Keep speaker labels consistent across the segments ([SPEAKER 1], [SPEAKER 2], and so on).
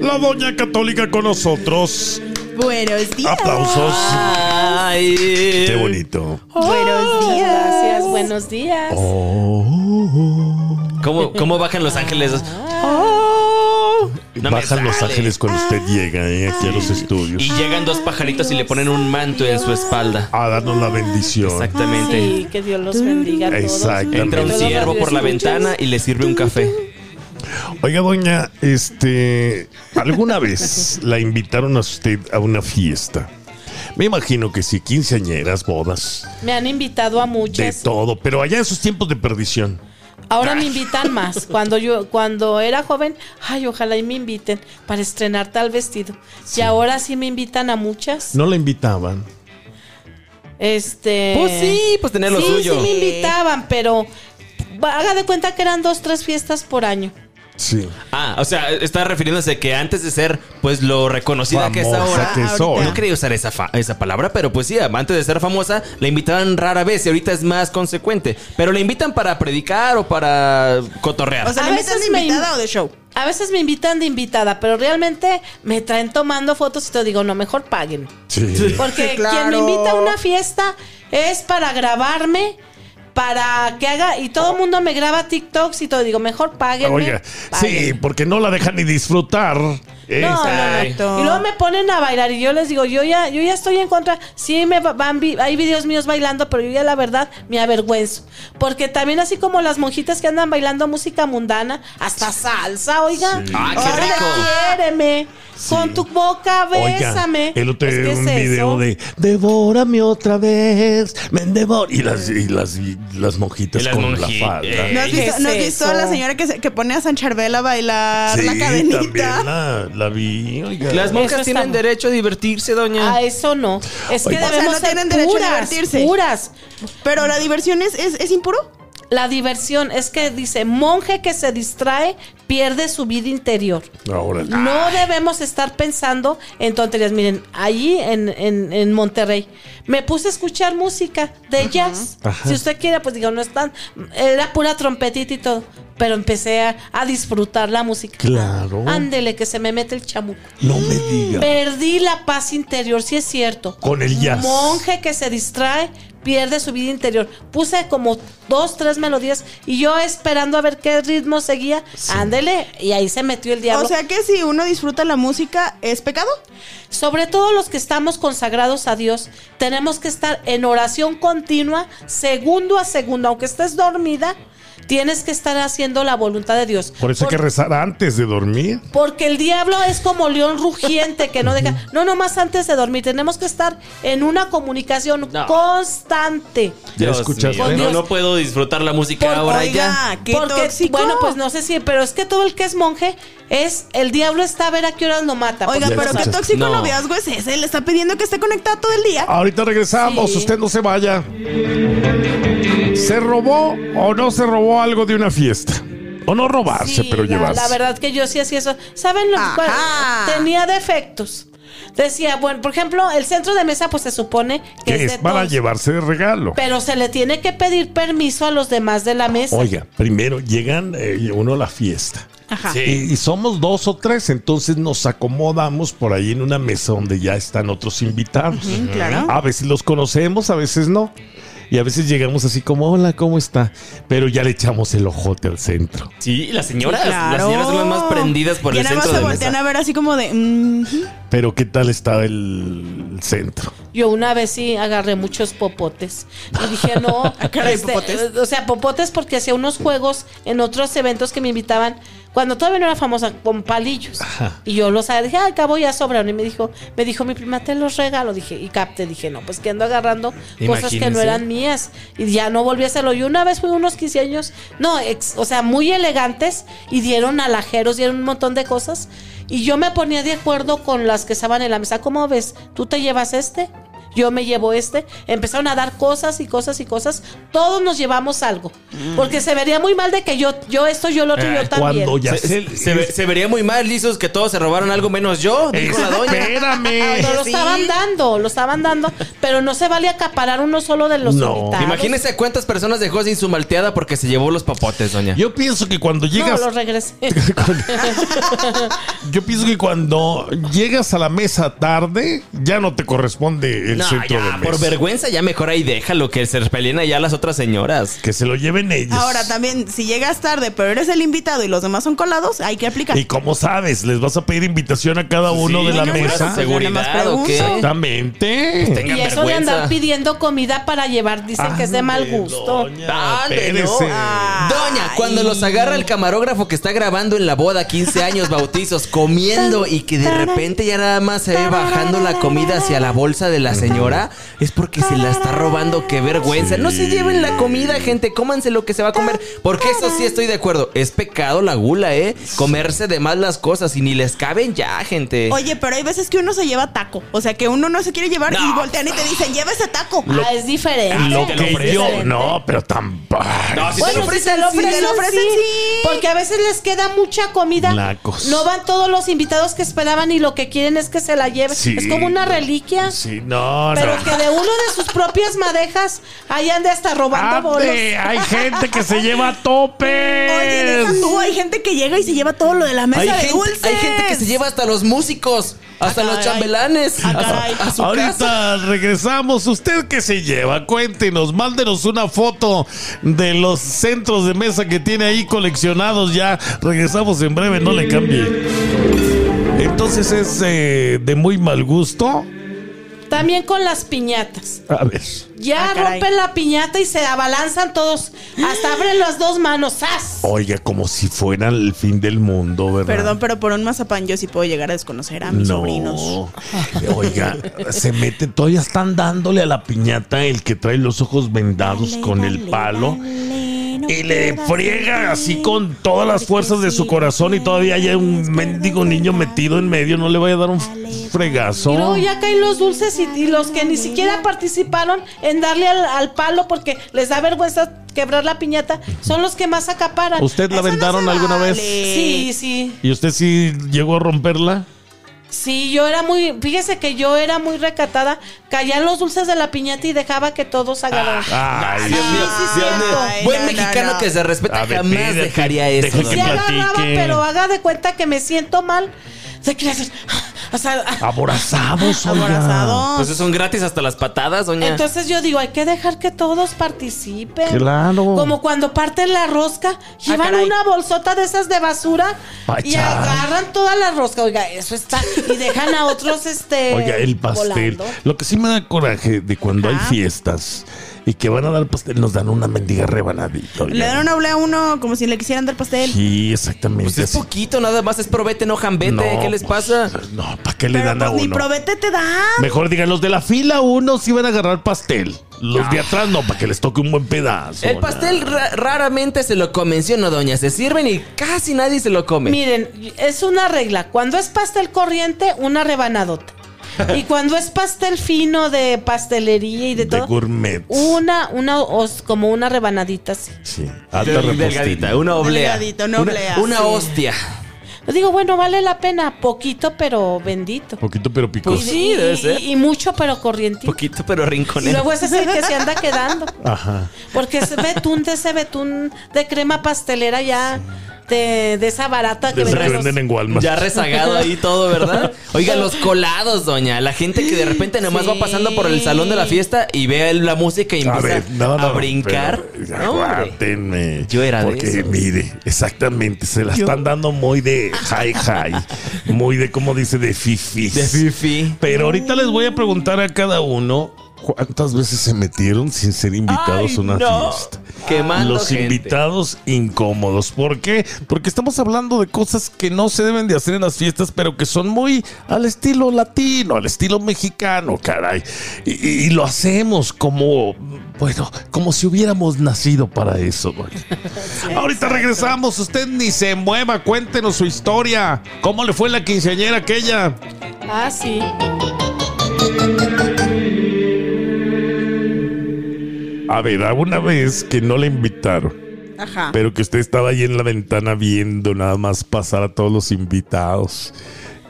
[SPEAKER 1] La doña católica con nosotros.
[SPEAKER 2] Buenos días.
[SPEAKER 1] Aplausos.
[SPEAKER 3] Ay.
[SPEAKER 1] Qué bonito.
[SPEAKER 2] Buenos días.
[SPEAKER 4] Ah. Gracias, buenos días.
[SPEAKER 1] Oh.
[SPEAKER 3] ¿Cómo, cómo bajan Los Ángeles? No me
[SPEAKER 1] Bajan Los
[SPEAKER 3] sale.
[SPEAKER 1] Ángeles cuando usted llega eh, aquí a los estudios.
[SPEAKER 3] Ah. Y llegan dos pajaritos y le ponen un manto en su espalda.
[SPEAKER 1] A darnos la bendición.
[SPEAKER 3] Exactamente.
[SPEAKER 4] Sí, que Dios los bendiga a todos.
[SPEAKER 1] Exactamente.
[SPEAKER 3] Entra un
[SPEAKER 4] Todos los
[SPEAKER 3] ciervo por la
[SPEAKER 4] radioescuchas.
[SPEAKER 3] ventana y le sirve un café.
[SPEAKER 1] Oiga, doña, este, ¿alguna vez la invitaron a usted a una fiesta? Me imagino que sí, quinceañeras, bodas,
[SPEAKER 4] Me han invitado a
[SPEAKER 1] de Ah.
[SPEAKER 4] muchas.
[SPEAKER 1] todo, pero allá en sus tiempos de perdición.
[SPEAKER 4] Ahora me invitan más. Cuando yo, cuando era joven, ay, ojalá y me inviten para estrenar tal vestido. Y ahora sí me invitan a muchas.
[SPEAKER 1] No la invitaban.
[SPEAKER 4] Este.
[SPEAKER 3] Pues sí, pues tener lo
[SPEAKER 4] sí,
[SPEAKER 3] suyo.
[SPEAKER 4] sí me invitaban, pero haga de cuenta que eran dos, tres fiestas por año.
[SPEAKER 1] Sí.
[SPEAKER 3] Ah, o sea, está refiriéndose que antes de ser, pues, lo reconocida que es
[SPEAKER 1] Famosa
[SPEAKER 3] ahora.
[SPEAKER 1] que
[SPEAKER 3] ahorita-
[SPEAKER 1] soy.
[SPEAKER 3] No quería usar esa, fa- esa palabra, pero pues sí, antes de ser famosa, la invitaban rara vez y ahorita es más consecuente. Pero la invitan para predicar o para cotorrear.
[SPEAKER 2] O sea,
[SPEAKER 4] A
[SPEAKER 2] ¿me invitan de
[SPEAKER 4] veces me in-
[SPEAKER 2] invitada o de show?
[SPEAKER 4] A veces me invitan de invitada, pero realmente me traen tomando fotos y te digo, no, mejor paguen.
[SPEAKER 1] Sí.
[SPEAKER 4] Porque
[SPEAKER 2] Claro.
[SPEAKER 4] quien me invita a una fiesta es para grabarme, para que haga, y todo el mundo me graba TikToks y todo, digo, mejor paguen.
[SPEAKER 1] Oiga, sí, porque no la dejan ni disfrutar. ¿eh?
[SPEAKER 4] No, no,
[SPEAKER 2] Exacto.
[SPEAKER 4] no. Y luego me ponen a bailar y yo les digo, yo ya, yo ya estoy en contra. Sí, me va- van, vi- hay videos míos bailando, pero yo ya la verdad me avergüenzo. Porque también así como las monjitas que andan bailando música mundana, hasta salsa, oiga.
[SPEAKER 1] Sí.
[SPEAKER 3] Ah, qué
[SPEAKER 4] Ahora
[SPEAKER 3] rico.
[SPEAKER 4] quiéreme, con tu boca
[SPEAKER 1] Oiga,
[SPEAKER 4] bésame.
[SPEAKER 1] el otro
[SPEAKER 4] Pues,
[SPEAKER 1] día
[SPEAKER 4] ¿qué
[SPEAKER 1] vi un
[SPEAKER 4] es
[SPEAKER 1] video
[SPEAKER 4] eso?
[SPEAKER 1] de Devórame otra vez, me devor Y las, y las, y las monjitas
[SPEAKER 3] Y las
[SPEAKER 1] con
[SPEAKER 3] monji-
[SPEAKER 1] la falda.
[SPEAKER 3] eh,
[SPEAKER 2] ¿No has
[SPEAKER 3] ¿Qué
[SPEAKER 2] visto,
[SPEAKER 4] es
[SPEAKER 2] no has visto a la
[SPEAKER 4] eso?
[SPEAKER 2] señora que, se- que pone a San Charbel a bailar la cadenita?
[SPEAKER 1] también la, la vi. oiga.
[SPEAKER 3] Las
[SPEAKER 4] Eso
[SPEAKER 3] monjas
[SPEAKER 4] está
[SPEAKER 3] tienen
[SPEAKER 4] mal.
[SPEAKER 3] derecho a divertirse, doña.
[SPEAKER 4] A eso no. Es que
[SPEAKER 2] Oiga. O sea,
[SPEAKER 4] debemos
[SPEAKER 2] no tienen
[SPEAKER 4] ser
[SPEAKER 2] derecho a
[SPEAKER 4] puras,
[SPEAKER 2] divertirse.
[SPEAKER 4] puras.
[SPEAKER 2] Pero la diversión es, es, es impuro.
[SPEAKER 4] La diversión es que dice, monje que se distrae pierde su vida interior.
[SPEAKER 1] Ahora.
[SPEAKER 4] No debemos estar pensando en tonterías. Miren, allí en, en- en Monterrey me puse a escuchar música de jazz.
[SPEAKER 1] Ajá.
[SPEAKER 4] Si usted quiere, pues digo, no es tan... Era pura trompetita y todo. Pero empecé a, a disfrutar la música.
[SPEAKER 1] Claro.
[SPEAKER 4] Ándele, que se me mete el chamuco.
[SPEAKER 1] No me diga.
[SPEAKER 4] Perdí la paz interior, sí es cierto.
[SPEAKER 1] Con el jazz.
[SPEAKER 4] Monje que se distrae pierde su vida interior. Puse como dos, tres melodías y yo esperando a ver qué ritmo seguía. Ándele, y ahí se metió el diablo.
[SPEAKER 2] O sea que si uno disfruta la música, ¿es pecado?
[SPEAKER 4] Sobre todo los que estamos consagrados a Dios, tenemos que estar en oración continua, segundo a segundo, aunque estés dormida, tienes que estar haciendo la voluntad de Dios.
[SPEAKER 1] Por eso hay que rezar antes de dormir.
[SPEAKER 4] Porque el diablo es como león rugiente que no deja. No, nomás antes de dormir. Tenemos que estar en una comunicación
[SPEAKER 3] No.
[SPEAKER 4] constante.
[SPEAKER 1] Ya
[SPEAKER 3] Dios
[SPEAKER 1] escuchaste.
[SPEAKER 3] mío,
[SPEAKER 4] Con
[SPEAKER 3] No,
[SPEAKER 4] Dios.
[SPEAKER 3] no puedo disfrutar la música
[SPEAKER 4] Por-
[SPEAKER 3] ahora ya.
[SPEAKER 2] Oiga, qué tóxico.
[SPEAKER 4] bueno, pues no sé si, pero es que todo el que es monje es el diablo está a ver a qué horas lo mata.
[SPEAKER 2] Oiga,
[SPEAKER 1] Ya
[SPEAKER 2] pero qué
[SPEAKER 1] escuchaste.
[SPEAKER 2] tóxico
[SPEAKER 3] No. Ah,
[SPEAKER 2] noviazgo es ese. Le está pidiendo que esté conectada todo el día.
[SPEAKER 1] Ahorita regresamos,
[SPEAKER 4] Sí.
[SPEAKER 1] usted no se vaya. ¿Se robó o no se robó algo de una fiesta? O no robarse,
[SPEAKER 4] Sí,
[SPEAKER 1] pero
[SPEAKER 4] la,
[SPEAKER 1] llevarse.
[SPEAKER 4] La verdad que yo sí hacía eso. ¿Saben lo
[SPEAKER 2] Ajá.
[SPEAKER 4] cual tenía defectos? Decía, bueno, por ejemplo, el centro de mesa pues se supone
[SPEAKER 1] que
[SPEAKER 4] que es,
[SPEAKER 1] es
[SPEAKER 4] de
[SPEAKER 1] para
[SPEAKER 4] todos,
[SPEAKER 1] llevarse de regalo.
[SPEAKER 4] pero se le tiene que pedir permiso a los demás de la mesa.
[SPEAKER 1] Oiga, primero llegan eh, uno a la fiesta.
[SPEAKER 4] Ah.
[SPEAKER 2] Ajá.
[SPEAKER 3] Sí.
[SPEAKER 1] Y, y somos dos o tres, entonces nos acomodamos por ahí en una mesa donde ya están otros invitados.
[SPEAKER 2] Ujú, claro.
[SPEAKER 1] A veces los conocemos, a veces no. Y a veces llegamos así como, hola, ¿cómo está? Pero ya le echamos el ojote al centro.
[SPEAKER 3] Sí, las señoras,
[SPEAKER 2] Claro.
[SPEAKER 3] las señoras son las más prendidas por
[SPEAKER 2] y
[SPEAKER 3] el
[SPEAKER 2] nada más
[SPEAKER 3] centro
[SPEAKER 2] se
[SPEAKER 3] de
[SPEAKER 2] voltean
[SPEAKER 3] mesa.
[SPEAKER 2] a ver así como de. mm,
[SPEAKER 1] Pero ¿qué tal está el centro?
[SPEAKER 4] Yo una vez sí agarré muchos popotes. Y dije, no,
[SPEAKER 2] Ah, caray,
[SPEAKER 4] este,
[SPEAKER 2] popotes.
[SPEAKER 4] o sea, popotes porque hacía unos juegos en otros eventos que me invitaban cuando todavía no era famosa, con palillos. Y yo los agarré, dije, al cabo ya sobraron. Y me dijo, me dijo, mi prima, te los regalo. Dije, y capte, dije, no, pues que ando agarrando cosas que no
[SPEAKER 3] Imagínense.
[SPEAKER 4] eran mías. Y ya no volví a hacerlo. Y una vez fui a unos 15 años, no, ex- o sea, muy elegantes y dieron alajeros, dieron un montón de cosas. Y yo me ponía de acuerdo con las que estaban en la mesa. ¿Cómo ves? ¿Tú te llevas este? yo me llevo este. Empezaron a dar cosas y cosas y cosas. Todos nos llevamos algo.
[SPEAKER 1] Mm.
[SPEAKER 4] Porque se vería muy mal de que yo, yo esto, yo lo otro,
[SPEAKER 1] Ah,
[SPEAKER 4] yo también.
[SPEAKER 1] cuando ya
[SPEAKER 3] Se, se- se ve- se vería muy mal, lisos, que todos se robaron algo menos yo, dijo la doña.
[SPEAKER 1] Espérame.
[SPEAKER 4] No, lo
[SPEAKER 2] Sí.
[SPEAKER 4] estaban dando, lo estaban dando, pero no se vale acaparar uno solo de los
[SPEAKER 1] No.
[SPEAKER 4] invitados.
[SPEAKER 3] Imagínese cuántas personas dejó sin su malteada porque se llevó los papotes, doña.
[SPEAKER 1] Yo pienso que cuando
[SPEAKER 4] No,
[SPEAKER 1] llegas.
[SPEAKER 4] lo regresé.
[SPEAKER 1] Yo pienso que cuando llegas a la mesa tarde, ya no te corresponde el
[SPEAKER 3] No,
[SPEAKER 1] centro
[SPEAKER 3] ya,
[SPEAKER 1] de mesa.
[SPEAKER 3] por vergüenza ya mejor ahí déjalo que se peleen allá las otras señoras.
[SPEAKER 1] Que se lo lleven ellos.
[SPEAKER 2] Ahora también, si llegas tarde, pero eres el invitado y los demás son colados, hay que aplicar.
[SPEAKER 1] Y como sabes, les vas a pedir invitación a cada uno
[SPEAKER 3] Sí,
[SPEAKER 1] de la
[SPEAKER 3] no,
[SPEAKER 1] mesa.
[SPEAKER 3] pues, Seguridad
[SPEAKER 2] Yo
[SPEAKER 3] o
[SPEAKER 2] nomás
[SPEAKER 3] qué.
[SPEAKER 2] pregunto.
[SPEAKER 1] Exactamente.
[SPEAKER 3] Tengan
[SPEAKER 4] y eso de
[SPEAKER 3] vergüenza.
[SPEAKER 4] andar pidiendo comida para llevar, dicen que es de mal
[SPEAKER 1] Ándale,
[SPEAKER 4] gusto.
[SPEAKER 1] doña,
[SPEAKER 3] Ándale, ¿no? Ah,
[SPEAKER 1] espérese.
[SPEAKER 3] Doña, cuando los agarra el camarógrafo que está grabando en la boda, 15 años, bautizos, comiendo y que de repente ya nada más se ve bajando la comida hacia la bolsa de la señora, es porque se la está robando, qué vergüenza. No se lleven la comida, gente, cómanse lo que se va a comer, porque eso sí estoy de acuerdo, es pecado la gula, ¿eh? Comerse de más las cosas y ni les caben ya, gente.
[SPEAKER 2] Oye, pero hay veces que uno se lleva taco. O sea, que uno no se quiere llevar y
[SPEAKER 3] No.
[SPEAKER 2] voltean y te dicen, lleva ese taco.
[SPEAKER 4] ah, es diferente.
[SPEAKER 1] Lo
[SPEAKER 3] te lo
[SPEAKER 1] que yo.
[SPEAKER 4] ofrecen.
[SPEAKER 1] No, pero tampoco.
[SPEAKER 3] No, sí
[SPEAKER 4] Bueno,
[SPEAKER 3] ofrecen,
[SPEAKER 4] si te lo
[SPEAKER 2] sí,
[SPEAKER 4] ofrecen,
[SPEAKER 2] te lo ofrecen,
[SPEAKER 4] sí,
[SPEAKER 2] sí.
[SPEAKER 4] Porque a veces les queda mucha comida.
[SPEAKER 1] Nacos.
[SPEAKER 4] No van todos los invitados que esperaban y lo que quieren es que se la lleven.
[SPEAKER 1] Sí.
[SPEAKER 4] Es como una reliquia.
[SPEAKER 1] Sí, no,
[SPEAKER 4] Pero
[SPEAKER 1] no.
[SPEAKER 4] que de uno de sus propias madejas ahí ande hasta robando bolos.
[SPEAKER 1] Ande, hay gente que se lleva a
[SPEAKER 2] Oye,
[SPEAKER 1] topes.
[SPEAKER 2] deja tú, hay gente que llega y se lleva todo lo de la mesa
[SPEAKER 3] Hay
[SPEAKER 2] de
[SPEAKER 3] gente,
[SPEAKER 2] dulces. Ah,
[SPEAKER 3] hay gente que se lleva hasta los músicos, hasta los
[SPEAKER 2] caray.
[SPEAKER 3] chambelanes,
[SPEAKER 2] Ah,
[SPEAKER 3] a-
[SPEAKER 2] caray.
[SPEAKER 3] a su
[SPEAKER 1] Ahorita
[SPEAKER 3] casa.
[SPEAKER 1] regresamos. ¿Usted qué se lleva? Cuéntenos, mándenos una foto de los centros de mesa que tiene ahí coleccionados ya. Regresamos en breve, no le cambie. Entonces es eh, de muy mal gusto.
[SPEAKER 4] También con las piñatas.
[SPEAKER 1] A ver.
[SPEAKER 4] Ya
[SPEAKER 2] Ah, caray.
[SPEAKER 4] rompen la piñata y se abalanzan todos. Hasta abren las dos manos. ¡zas!
[SPEAKER 1] Oiga, como si fuera el fin del mundo, ¿verdad?
[SPEAKER 2] Perdón, pero por un mazapán yo sí puedo llegar a desconocer a mis sobrinos.
[SPEAKER 1] Oiga, se mete, todavía están dándole a la piñata el que trae los ojos vendados con el palo. y le friega así con todas las fuerzas de su corazón y todavía hay un mendigo niño metido en medio, no le vaya a dar un fregazo.
[SPEAKER 4] Y luego ya caen los dulces y, y los que ni siquiera participaron en darle al, al palo porque les da vergüenza quebrar la piñata son los que más acaparan.
[SPEAKER 1] ¿Usted la
[SPEAKER 2] Eso no
[SPEAKER 1] vendaron
[SPEAKER 2] se
[SPEAKER 1] alguna vez?
[SPEAKER 2] vale.
[SPEAKER 4] Sí, sí.
[SPEAKER 1] ¿Y usted sí llegó a romperla?
[SPEAKER 4] Sí, yo era muy, fíjese que yo era muy recatada, caían los dulces de la piñata y dejaba que todos agarraran.
[SPEAKER 1] Ah, Ay,
[SPEAKER 3] Dios mío,
[SPEAKER 2] sí,
[SPEAKER 3] Dios
[SPEAKER 2] sí,
[SPEAKER 3] mío.
[SPEAKER 2] no,
[SPEAKER 3] Buen
[SPEAKER 2] no,
[SPEAKER 3] mexicano
[SPEAKER 2] no.
[SPEAKER 3] que se respeta
[SPEAKER 1] A ver,
[SPEAKER 3] jamás
[SPEAKER 1] pídete,
[SPEAKER 3] dejaría eso.
[SPEAKER 1] deja
[SPEAKER 3] don
[SPEAKER 1] que
[SPEAKER 4] Sí
[SPEAKER 3] Mario.
[SPEAKER 4] agarraba,
[SPEAKER 1] platique.
[SPEAKER 4] pero haga de cuenta que me siento mal. Se quiere hacer, o sea,
[SPEAKER 1] aborazados, oiga.
[SPEAKER 2] Aborazado.
[SPEAKER 3] Pues son gratis hasta las patadas, doña.
[SPEAKER 4] entonces yo digo, hay que dejar que todos participen.
[SPEAKER 1] Claro. Ah,
[SPEAKER 4] Como cuando parten la rosca, llevan
[SPEAKER 2] caray.
[SPEAKER 4] una bolsota de esas de basura
[SPEAKER 1] Pa'
[SPEAKER 4] y
[SPEAKER 1] echar.
[SPEAKER 4] agarran toda la rosca. Oiga, eso está. Y dejan a otros este.
[SPEAKER 1] Oiga, el pastel.
[SPEAKER 4] volando.
[SPEAKER 1] Lo que sí me da coraje de cuando hay fiestas y que van a dar pastel, nos dan una mendiga rebanadita. oiga.
[SPEAKER 2] Le dan una oblea a uno como si le quisieran dar pastel.
[SPEAKER 1] Sí, exactamente.
[SPEAKER 3] Pues es
[SPEAKER 1] así.
[SPEAKER 3] poquito, nada más es probete, no jambete. ¿Qué les pasa?
[SPEAKER 1] pues, no, ¿para qué le
[SPEAKER 2] pero
[SPEAKER 1] dan a
[SPEAKER 2] pues ni
[SPEAKER 1] uno?
[SPEAKER 2] probete te dan.
[SPEAKER 1] Mejor digan, los de la fila uno sí van a agarrar pastel. Los de atrás no, para que les toque un buen pedazo.
[SPEAKER 3] El pastel ra- raramente se lo comen, ¿sí o no, doña? Se sirven y casi nadie se lo come.
[SPEAKER 4] Miren, es una regla. Cuando es pastel corriente, una rebanadota. Y cuando es pastel fino de pastelería y de,
[SPEAKER 1] de
[SPEAKER 4] todo,
[SPEAKER 1] gourmet.
[SPEAKER 4] una, una, os- como una rebanadita así.
[SPEAKER 1] Sí,
[SPEAKER 3] Del-
[SPEAKER 1] alta
[SPEAKER 3] Ah, delgadita,
[SPEAKER 1] repostina.
[SPEAKER 3] una oblea.
[SPEAKER 2] Delgadito, una oblea,
[SPEAKER 3] una
[SPEAKER 2] sí.
[SPEAKER 3] hostia.
[SPEAKER 4] Yo digo, bueno, vale la pena. Poquito, pero bendito.
[SPEAKER 1] Poquito pero
[SPEAKER 4] Y,
[SPEAKER 1] picoso.
[SPEAKER 3] Pues sí,
[SPEAKER 4] y-
[SPEAKER 3] debe ser.
[SPEAKER 4] y- y mucho, pero corrientito.
[SPEAKER 3] Poquito, pero
[SPEAKER 4] Y
[SPEAKER 3] rinconero.
[SPEAKER 4] luego ese es el que se anda quedando.
[SPEAKER 3] Pues,
[SPEAKER 1] Ajá.
[SPEAKER 4] Porque ese betún de ese betún de crema pastelera ya de, de esa barata que
[SPEAKER 1] De esas que
[SPEAKER 4] venden.
[SPEAKER 1] venden
[SPEAKER 4] los-
[SPEAKER 1] en Walmart.
[SPEAKER 3] Ya rezagado ahí todo, ¿verdad? Oiga, los colados, doña. La gente que de repente nomás
[SPEAKER 4] Sí.
[SPEAKER 3] va pasando por el salón de la fiesta y ve la música y
[SPEAKER 1] A
[SPEAKER 3] empieza a,
[SPEAKER 1] ver, nada, nada,
[SPEAKER 3] brincar.
[SPEAKER 1] pero,
[SPEAKER 3] No, hombre.
[SPEAKER 1] aguántenme.
[SPEAKER 3] Yo era de
[SPEAKER 1] Porque
[SPEAKER 3] esos.
[SPEAKER 1] mire, exactamente, se la están dando muy de high high, muy de como dice de fifis.
[SPEAKER 3] De fifi.
[SPEAKER 1] Pero ahorita les voy a preguntar a cada uno cuántas veces se metieron sin ser invitados
[SPEAKER 3] Ay,
[SPEAKER 1] a una
[SPEAKER 3] no.
[SPEAKER 1] fiesta.
[SPEAKER 3] Quemando
[SPEAKER 1] Los
[SPEAKER 3] gente.
[SPEAKER 1] invitados incómodos. ¿Por qué? Porque estamos hablando de cosas que no se deben de hacer en las fiestas, pero que son muy al estilo latino, al estilo mexicano, caray. Y, y- y lo hacemos como, bueno, como si hubiéramos nacido para eso. doña. Ahorita regresamos, usted ni se mueva, cuéntenos su historia. ¿Cómo le fue la quinceañera aquella?
[SPEAKER 4] Ah, sí.
[SPEAKER 1] A ver, a una vez que no le invitaron,
[SPEAKER 2] Ajá.
[SPEAKER 1] pero que usted estaba ahí en la ventana viendo nada más pasar a todos los invitados,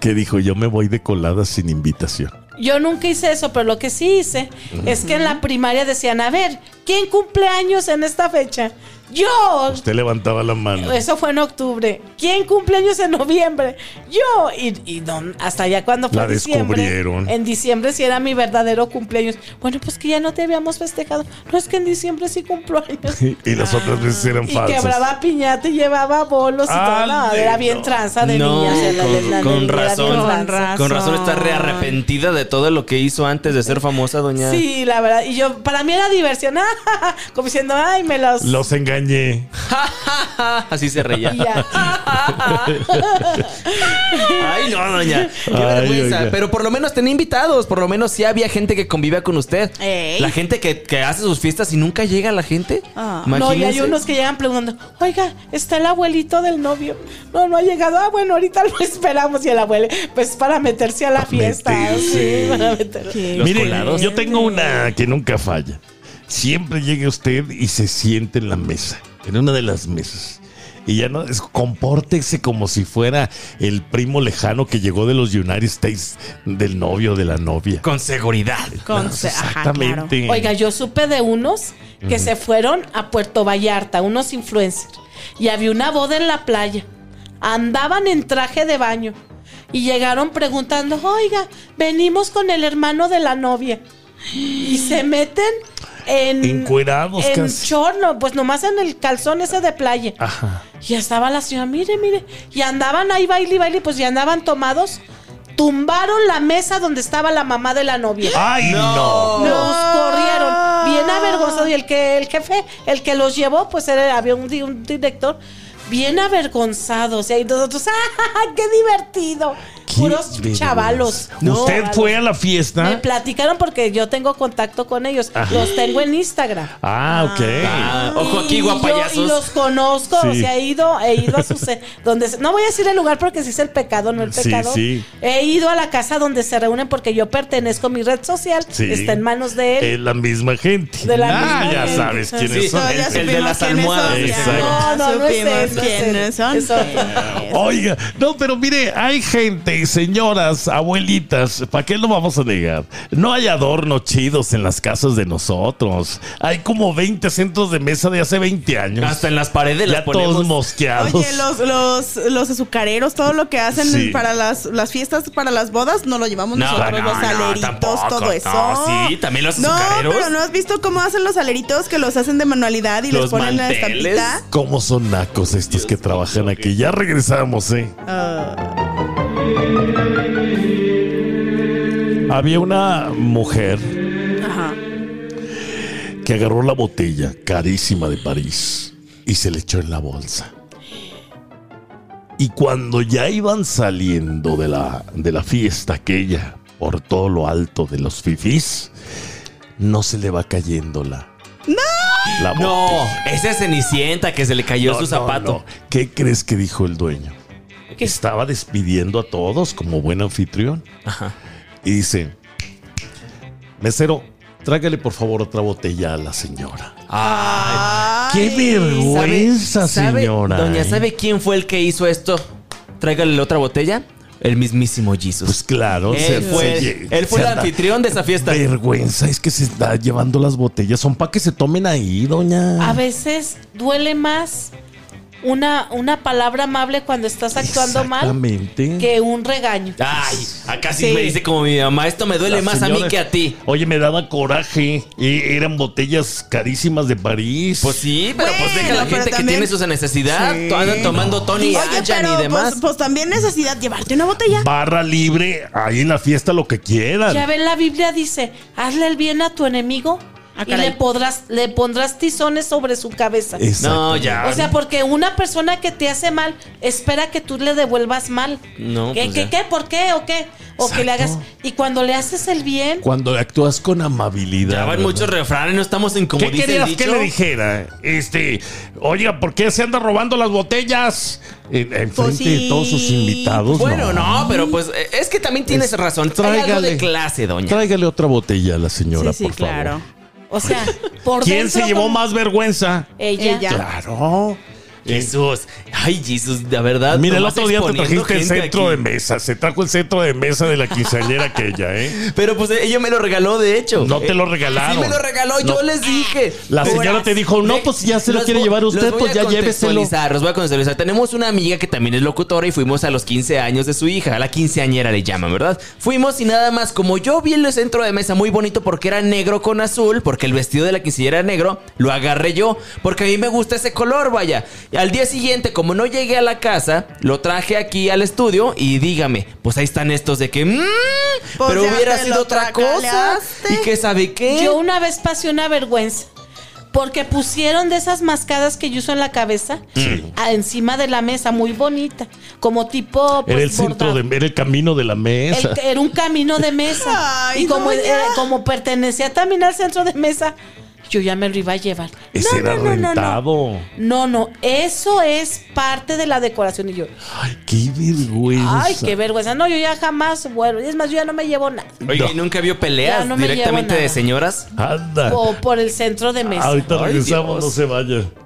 [SPEAKER 1] que dijo, yo me voy de colada sin invitación.
[SPEAKER 4] Yo nunca hice eso, pero lo que sí hice es que en la primaria decían, a ver, ¿quién cumple años en esta fecha? Yo.
[SPEAKER 1] Usted levantaba la mano.
[SPEAKER 4] Eso fue en octubre. ¿Quién cumple años en noviembre? Yo. Y, y don- hasta ya cuando fue
[SPEAKER 1] La
[SPEAKER 4] diciembre.
[SPEAKER 1] descubrieron.
[SPEAKER 4] En diciembre sí era mi verdadero cumpleaños. Bueno, pues que ya no te habíamos festejado. No es que en diciembre sí cumplo años.
[SPEAKER 1] Y, y las otras veces eran
[SPEAKER 4] Y
[SPEAKER 1] falsas.
[SPEAKER 4] quebraba piñata y llevaba bolos y todo. No,
[SPEAKER 1] Ande,
[SPEAKER 4] era bien
[SPEAKER 1] no.
[SPEAKER 4] tranza de niña. o sea, la- la- la-
[SPEAKER 3] con, con
[SPEAKER 4] la- era bien tranza.
[SPEAKER 3] razón.
[SPEAKER 2] Con razón.
[SPEAKER 3] Con razón está rearrepentida de todo lo que hizo antes de ser famosa, doña.
[SPEAKER 4] Sí, la verdad. Y yo, para mí era diversión. Como diciendo, ay, me los.
[SPEAKER 1] Los engañé.
[SPEAKER 3] Así se reía.
[SPEAKER 4] y ya.
[SPEAKER 3] Ay, no, doña. Qué
[SPEAKER 1] Ay,
[SPEAKER 3] vergüenza.
[SPEAKER 1] oiga.
[SPEAKER 3] Pero por lo menos tenía invitados. Por lo menos sí había gente que convivía con usted.
[SPEAKER 2] Ey.
[SPEAKER 3] La gente que, que hace sus fiestas y nunca llega la gente.
[SPEAKER 2] Ah.
[SPEAKER 4] No, y hay
[SPEAKER 3] Imagínense.
[SPEAKER 4] unos que llegan preguntando, oiga, está el abuelito del novio. No, no ha llegado. Ah, bueno, ahorita lo esperamos. Y el abuelo, pues para meterse a la fiesta.
[SPEAKER 1] meterse.
[SPEAKER 4] Sí, para meterse.
[SPEAKER 2] ¿Qué?
[SPEAKER 3] Los
[SPEAKER 1] Mire,
[SPEAKER 3] colados.
[SPEAKER 1] yo tengo una que nunca falla. Siempre llega usted y se siente en la mesa, en una de las mesas. Y ya no, es- compórtese como si fuera el primo lejano que llegó de los United States del novio o de la novia.
[SPEAKER 3] Con seguridad.
[SPEAKER 2] Con- Ajá, claro.
[SPEAKER 1] Exactamente.
[SPEAKER 4] Oiga, yo supe de unos que se fueron a Puerto Vallarta, unos influencers, y había una boda en la playa. Andaban en traje de baño y llegaron preguntando, oiga, venimos con el hermano de la novia. Y se meten en...
[SPEAKER 1] Encuerados
[SPEAKER 4] En
[SPEAKER 1] casi. Ah.
[SPEAKER 4] chorno, pues nomás en el calzón ese de playa.
[SPEAKER 1] Ajá.
[SPEAKER 4] Y estaba la señora, mire, mire. Y andaban ahí baile y baile, pues ya andaban tomados. Tumbaron la mesa donde estaba la mamá de la novia.
[SPEAKER 1] ¡Ay, no!
[SPEAKER 4] Los corrieron. Bien avergonzados. Y el que, el jefe, el que los llevó, pues era, había un, di- un director. Bien avergonzados. Y ahí nosotros, ¡ah, qué divertido!
[SPEAKER 1] Qué
[SPEAKER 4] Puros
[SPEAKER 1] vergüenza.
[SPEAKER 4] chavalos.
[SPEAKER 1] ¿Usted
[SPEAKER 4] Chavalos.
[SPEAKER 1] fue a la
[SPEAKER 4] Me
[SPEAKER 1] fiesta?
[SPEAKER 4] platicaron porque yo tengo contacto con ellos.
[SPEAKER 1] Ajá.
[SPEAKER 4] Los tengo en Instagram.
[SPEAKER 1] Ah, ok.
[SPEAKER 3] Ah, ojo aquí,
[SPEAKER 4] Y
[SPEAKER 3] guapayazos.
[SPEAKER 4] yo- Y los conozco,
[SPEAKER 1] Sí.
[SPEAKER 4] o sea, he ido, he ido a sus donde se- no voy a decir el lugar porque si es el pecado, no el
[SPEAKER 1] Sí,
[SPEAKER 4] pecado.
[SPEAKER 1] sí.
[SPEAKER 4] He ido a la casa donde se reúnen porque yo pertenezco a mi red social,
[SPEAKER 1] Sí. Eh,
[SPEAKER 4] está en manos de él.
[SPEAKER 1] Es la misma gente.
[SPEAKER 4] De la
[SPEAKER 1] ah,
[SPEAKER 4] misma
[SPEAKER 1] ya
[SPEAKER 4] gente.
[SPEAKER 1] sabes quiénes
[SPEAKER 3] Sí,
[SPEAKER 1] son.
[SPEAKER 3] no,
[SPEAKER 1] Ese.
[SPEAKER 3] El de las almohadas,
[SPEAKER 1] Exacto.
[SPEAKER 4] No, no, no es
[SPEAKER 2] supimos
[SPEAKER 4] él, no es
[SPEAKER 2] quiénes
[SPEAKER 4] él.
[SPEAKER 2] son.
[SPEAKER 4] Es otro.
[SPEAKER 1] Oiga, no, pero mire, hay gente, señoras, abuelitas, ¿para qué lo vamos a negar? No hay adornos chidos en las casas de nosotros. Hay como 20 centros de mesa de hace 20 años.
[SPEAKER 3] Hasta en las paredes las
[SPEAKER 1] ya todos
[SPEAKER 3] ponemos.
[SPEAKER 1] mosqueados.
[SPEAKER 2] Oye, los, los, los azucareros, todo lo que hacen
[SPEAKER 1] Sí.
[SPEAKER 2] para las, las fiestas, para las bodas, no lo llevamos nosotros,
[SPEAKER 3] no,
[SPEAKER 2] los
[SPEAKER 3] no,
[SPEAKER 2] aleritos,
[SPEAKER 3] tampoco,
[SPEAKER 2] todo eso.
[SPEAKER 3] no, sí, también los azucareros.
[SPEAKER 2] No, pero ¿no has visto cómo hacen los aleritos que los hacen de manualidad y
[SPEAKER 3] Los
[SPEAKER 2] les ponen la
[SPEAKER 3] manteles.
[SPEAKER 2] estampita?
[SPEAKER 1] ¿Cómo son nacos estos que trabajan aquí? Ya regresamos, ¿eh? Había una mujer
[SPEAKER 2] Ajá.
[SPEAKER 1] que agarró la botella carísima de París y se le echó en la bolsa. Y cuando ya iban saliendo de la, de la fiesta aquella, por todo lo alto de los fifís, no se le va cayendo la. ¡No! La
[SPEAKER 3] No,
[SPEAKER 1] botella.
[SPEAKER 3] esa es Cenicienta que se le cayó
[SPEAKER 1] No,
[SPEAKER 3] su
[SPEAKER 1] no,
[SPEAKER 3] zapato.
[SPEAKER 1] no. ¿Qué crees que dijo el dueño? Que
[SPEAKER 4] ¿Qué?
[SPEAKER 1] estaba despidiendo a todos como buen anfitrión.
[SPEAKER 3] Ajá.
[SPEAKER 1] Y dice: Mesero, trágale por favor otra botella a la señora.
[SPEAKER 3] Ay,
[SPEAKER 1] ¡Qué vergüenza,
[SPEAKER 3] ¿Sabe-
[SPEAKER 1] señora!
[SPEAKER 3] Doña,
[SPEAKER 1] eh?
[SPEAKER 3] ¿sabe quién fue el que hizo esto? Tráigale la otra botella. El mismísimo Jesus.
[SPEAKER 1] Pues claro,
[SPEAKER 3] él fue, él fue el
[SPEAKER 1] anda-
[SPEAKER 3] anfitrión de esa fiesta.
[SPEAKER 1] Vergüenza, es que se está llevando las botellas. Son para que se tomen ahí, doña.
[SPEAKER 4] A veces duele más una, una palabra amable cuando estás actuando mal
[SPEAKER 1] Exactamente.
[SPEAKER 4] que un regaño.
[SPEAKER 3] Ay, acá sí,
[SPEAKER 2] Sí.
[SPEAKER 3] me dice como mi mamá, esto me duele
[SPEAKER 1] La
[SPEAKER 3] más a
[SPEAKER 1] señora-
[SPEAKER 3] mí que a ti.
[SPEAKER 1] Oye, me daba coraje. E- eran botellas carísimas de París.
[SPEAKER 3] Pues sí, pero pues deja a la
[SPEAKER 2] Bueno, pero
[SPEAKER 3] gente que
[SPEAKER 2] también-
[SPEAKER 3] tiene sus necesidad.
[SPEAKER 2] Sí.
[SPEAKER 3] Andan tomando Tony
[SPEAKER 2] Oye,
[SPEAKER 3] Ayan
[SPEAKER 2] pero
[SPEAKER 3] y demás.
[SPEAKER 2] Pues, pues también necesidad llevarte una botella.
[SPEAKER 1] Barra libre, ahí en la fiesta lo que quieran.
[SPEAKER 4] Ya ven, la Biblia dice, hazle el bien a tu enemigo
[SPEAKER 2] Ah,
[SPEAKER 4] y
[SPEAKER 2] caray.
[SPEAKER 4] le, podrás, le pondrás tizones sobre su cabeza.
[SPEAKER 2] pues,
[SPEAKER 1] Exacto.
[SPEAKER 3] no, ya.
[SPEAKER 4] O sea, porque una persona que te hace mal espera que tú le devuelvas mal.
[SPEAKER 3] No,
[SPEAKER 4] ¿Qué,
[SPEAKER 3] pues
[SPEAKER 4] qué,
[SPEAKER 3] ya.
[SPEAKER 4] qué? ¿Por qué? ¿O qué? O que le hagas.
[SPEAKER 1] Exacto.
[SPEAKER 4] Y cuando le haces el bien,
[SPEAKER 1] Cuando actúas con amabilidad.
[SPEAKER 3] ya van
[SPEAKER 1] ¿verdad?
[SPEAKER 3] muchos refranes, no estamos en como
[SPEAKER 1] ¿Qué
[SPEAKER 3] dice el
[SPEAKER 1] querías que
[SPEAKER 3] dicho.
[SPEAKER 1] le dijera? Este, oiga, ¿por qué se anda robando las botellas? En, en
[SPEAKER 2] Pues
[SPEAKER 1] frente de
[SPEAKER 2] sí.
[SPEAKER 1] todos sus invitados.
[SPEAKER 3] Bueno, no, pero pues eh, es que también tienes
[SPEAKER 1] Es-
[SPEAKER 3] razón. Hay algo de clase, doña.
[SPEAKER 1] Tráigale otra botella a la señora,
[SPEAKER 2] sí, sí,
[SPEAKER 1] por favor.
[SPEAKER 2] claro.
[SPEAKER 4] o O sea, por
[SPEAKER 1] ¿Quién
[SPEAKER 4] dentro
[SPEAKER 1] se llevó
[SPEAKER 4] como-
[SPEAKER 1] más vergüenza?
[SPEAKER 4] Ella.
[SPEAKER 2] Ella.
[SPEAKER 1] Claro.
[SPEAKER 3] Jesús. Ay, Jesús, la verdad.
[SPEAKER 1] Mira, el
[SPEAKER 3] nomás
[SPEAKER 1] otro día te
[SPEAKER 3] exponiendo
[SPEAKER 1] trajiste el
[SPEAKER 3] gente
[SPEAKER 1] centro
[SPEAKER 3] aquí.
[SPEAKER 1] de mesa. Se trajo el centro de mesa de la quinceañera aquella, ¿eh?
[SPEAKER 3] Pero pues ella me lo regaló, de hecho.
[SPEAKER 1] No te lo regalaron.
[SPEAKER 3] Sí me lo regaló, yo les dije.
[SPEAKER 1] La señora te dijo, no, pues ya se lo
[SPEAKER 3] Los
[SPEAKER 1] quiere
[SPEAKER 3] vo-
[SPEAKER 1] llevar
[SPEAKER 3] los
[SPEAKER 1] usted,
[SPEAKER 3] voy
[SPEAKER 1] pues
[SPEAKER 3] a
[SPEAKER 1] ya lléveselo.
[SPEAKER 3] contextualizar, Los voy a contextualizar. Tenemos una amiga que también es locutora y fuimos a los 15 años de su hija. A la quinceañera le llaman, ¿verdad? Fuimos y nada más, como yo vi el centro de mesa muy bonito porque era negro con azul, porque el vestido de la quinceañera era negro, lo agarré yo, porque a mí me gusta ese color, vaya. Y al día siguiente, como no llegué a la casa, lo traje aquí al estudio y dígame, pues ahí están estos de que... "Mm,
[SPEAKER 2] Pues
[SPEAKER 3] pero
[SPEAKER 2] ya
[SPEAKER 3] hubiera
[SPEAKER 2] te
[SPEAKER 3] sido
[SPEAKER 2] lo
[SPEAKER 3] otra cosa.
[SPEAKER 2] tracaleaste.
[SPEAKER 3] ¿Y que sabe qué?
[SPEAKER 4] Yo una vez pasé una vergüenza. Porque pusieron de esas mascadas que yo uso en la cabeza a- encima de la mesa, muy bonita. Como tipo. pues,
[SPEAKER 1] Era el centro
[SPEAKER 4] bordado.
[SPEAKER 1] de era el camino de la mesa.
[SPEAKER 4] El- era un camino de mesa.
[SPEAKER 2] Ay,
[SPEAKER 4] y como,
[SPEAKER 2] doña.
[SPEAKER 4] era- como pertenecía también al centro de mesa, yo ya me lo iba a llevar.
[SPEAKER 1] Ese
[SPEAKER 4] No,
[SPEAKER 1] era
[SPEAKER 4] no, no, no, no.
[SPEAKER 1] rentado.
[SPEAKER 4] No, no, eso es parte de la decoración. Y yo,
[SPEAKER 1] Ay, qué vergüenza.
[SPEAKER 4] ay, qué vergüenza. No, yo ya jamás, bueno, es más, yo ya no me llevo nada.
[SPEAKER 3] Oye,
[SPEAKER 1] No.
[SPEAKER 3] ¿y nunca vio peleas
[SPEAKER 4] Ya no me llevo
[SPEAKER 3] directamente de
[SPEAKER 4] nada.
[SPEAKER 3] señoras?
[SPEAKER 1] Anda.
[SPEAKER 4] O por el centro de mesa.
[SPEAKER 1] Ah. Ahorita
[SPEAKER 3] Ay,
[SPEAKER 1] regresamos,
[SPEAKER 3] Dios.
[SPEAKER 1] no se vayan.